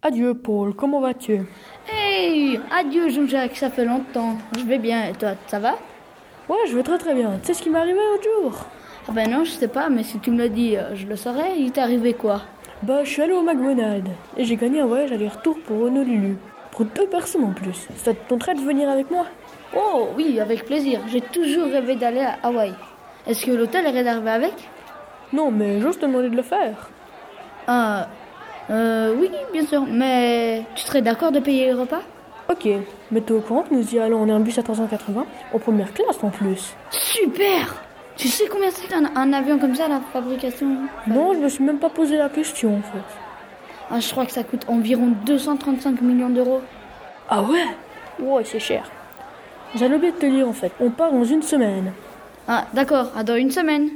Adieu Paul, comment vas-tu Hey Adieu Jean-Jacques, ça fait longtemps. Je vais bien et toi, ça va Ouais, je vais très très bien. Tu sais ce qui m'est arrivé l'autre jour Ah ben non, je sais pas, mais si tu me le dis, euh, je le saurais. Il t'est arrivé quoi Bah, je suis allé au McDonald's et j'ai gagné un voyage aller-retour pour Honolulu. Pour deux personnes en plus. Ça te tenterait de venir avec moi Oh oui, avec plaisir. J'ai toujours rêvé d'aller à Hawaï. Est-ce que l'hôtel est réservé avec Non, mais j'ose te demander de le faire. Ah, euh, oui, bien sûr. Mais tu serais d'accord de payer le repas Ok, mais t'es au courant que nous y allons en Airbus A380 en première classe en plus Super Tu sais combien c'est un, un avion comme ça, la fabrication Non, je me suis même pas posé la question en fait. Ah, Je crois que ça coûte environ 235 millions d'euros. Ah ouais Ouais, c'est cher. J'allais oublier de te dire en fait, on part dans une semaine. Ah, d'accord, à dans une semaine.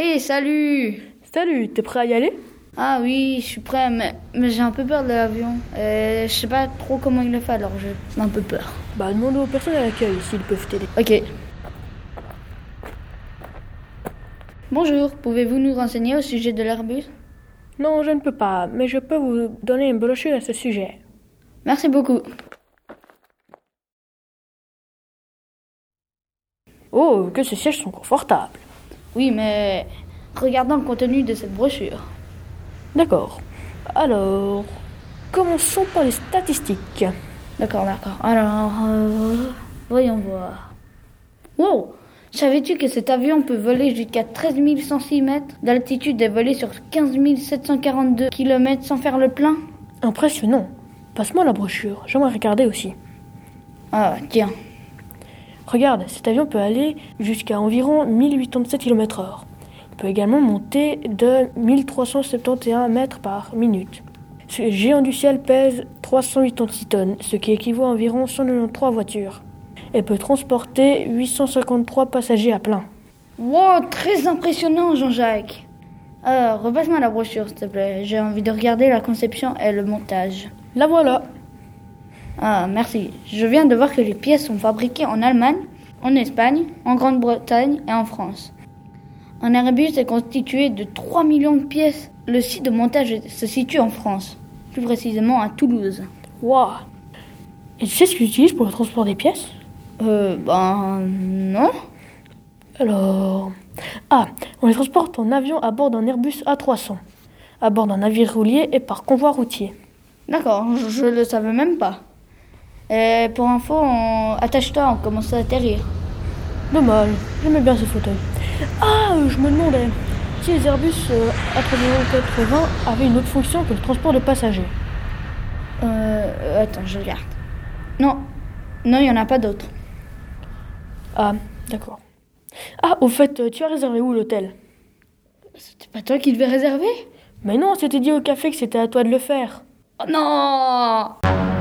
Eh, salut Salut, t'es prêt à y aller Ah oui, je suis prêt, mais, mais j'ai un peu peur de l'avion. Euh, je sais pas trop comment il le fait, alors j'ai un peu peur. Bah, demande aux personnes à l'accueil s'ils peuvent t'aider. Ok. Bonjour, pouvez-vous nous renseigner au sujet de l'Airbus Non, je ne peux pas, mais je peux vous donner une brochure à ce sujet. Merci beaucoup. Oh, que ces sièges sont confortables. Oui, mais regardons le contenu de cette brochure. D'accord. Alors, commençons par les statistiques. D'accord, d'accord. Alors, euh, voyons voir. Wow Savais-tu que cet avion peut voler jusqu'à 13 106 mètres d'altitude et voler sur 15 742 km sans faire le plein Impressionnant. Passe-moi la brochure, j'aimerais regarder aussi. Ah, tiens. Regarde, cet avion peut aller jusqu'à environ 1087 km/h. Il peut également monter de 1371 mètres par minute. Ce géant du ciel pèse 386 tonnes, ce qui équivaut à environ 193 voitures, et peut transporter 853 passagers à plein. Wow, très impressionnant, Jean-Jacques. Alors, repasse-moi la brochure, s'il te plaît. J'ai envie de regarder la conception et le montage. La voilà Ah, merci. Je viens de voir que les pièces sont fabriquées en Allemagne, en Espagne, en Grande-Bretagne et en France. Un Airbus est constitué de 3 millions de pièces. Le site de montage se situe en France, plus précisément à Toulouse. Waouh Et tu sais ce qu'ils utilisent pour le transport des pièces Euh, ben non. Alors. Ah, on les transporte en avion à bord d'un Airbus A300, à bord d'un navire roulier et par convoi routier. D'accord, je- je le savais même pas. Et pour info, on... attache-toi, on commence à atterrir. Dommage, j'aimais bien ce fauteuil. Ah, euh, je me demandais si les Airbus euh, A380 avaient une autre fonction que le transport de passagers. Euh, euh, attends, je regarde. Non, non, il n'y en a pas d'autres. Ah, d'accord. Ah, au fait, euh, tu as réservé où l'hôtel C'était pas toi qui devais réserver Mais non, c'était dit au café que c'était à toi de le faire. Oh non